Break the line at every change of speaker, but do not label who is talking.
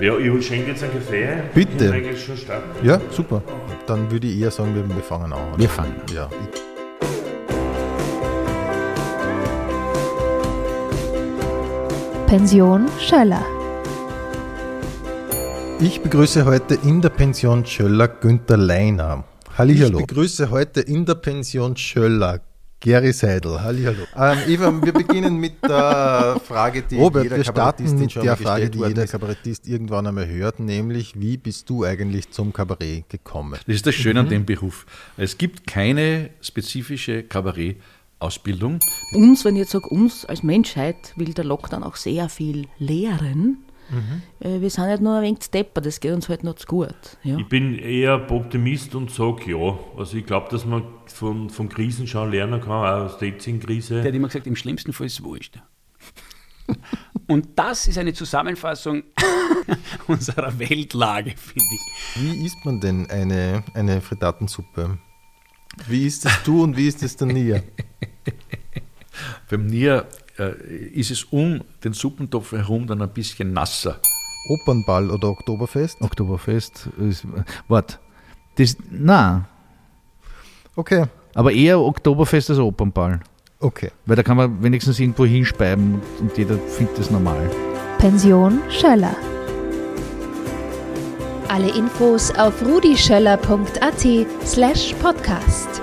Ja, ich schenke jetzt einen Kaffee.
Bitte.
Ich kann eigentlich schon starten.
Ja, super. Dann würde ich eher sagen, wir wir fangen an. oder?
Wir fangen an.
Ja.
Pension Schöller.
Ich begrüße heute in der Pension Schöller Günther Leiner. Hallihallo. Ich begrüße heute in der Pension Schöller Gary Seidel. Hallihallo. Ähm, Ivan, wir beginnen mit der Frage, die
Robert,
jeder
wir starten
Kabarettistin
mit
schon
der
mal gestellt
Frage, die
worden
jeder
ist. Kabarettist irgendwann einmal hört, nämlich wie bist du eigentlich zum Kabarett gekommen?
Das ist das Schöne
Mhm.
an dem Beruf. Es gibt keine spezifische Kabarett-Ausbildung.
Uns, wenn ich jetzt sage, uns als Menschheit will der Lockdown auch sehr viel lehren. Äh, Wir sind halt nur ein wenig stepper, das geht uns halt noch zu gut. Ja.
Ich bin eher Optimist und sage ja. Also ich glaube, dass man von, von Krisen schon lernen kann, auch aus der jetzigen
Der
Krise.
hat immer gesagt, im schlimmsten Fall ist es wurscht. Und das ist eine Zusammenfassung unserer Weltlage, finde ich.
Wie isst man denn eine, eine Frittatensuppe? Wie ist es du und wie ist es der Nia?
Beim Nier äh, ist es um den Suppentopf herum dann ein bisschen nasser.
Opernball oder Oktoberfest?
Oktoberfest ist. Warte. Das, nein,
Okay,
aber eher Oktoberfest als Opernball.
okay.
Weil da kann man wenigstens irgendwo hinspeiben und, und jeder findet das normal.
Pension Schöller. Alle Infos auf rudischöller.at slash podcast.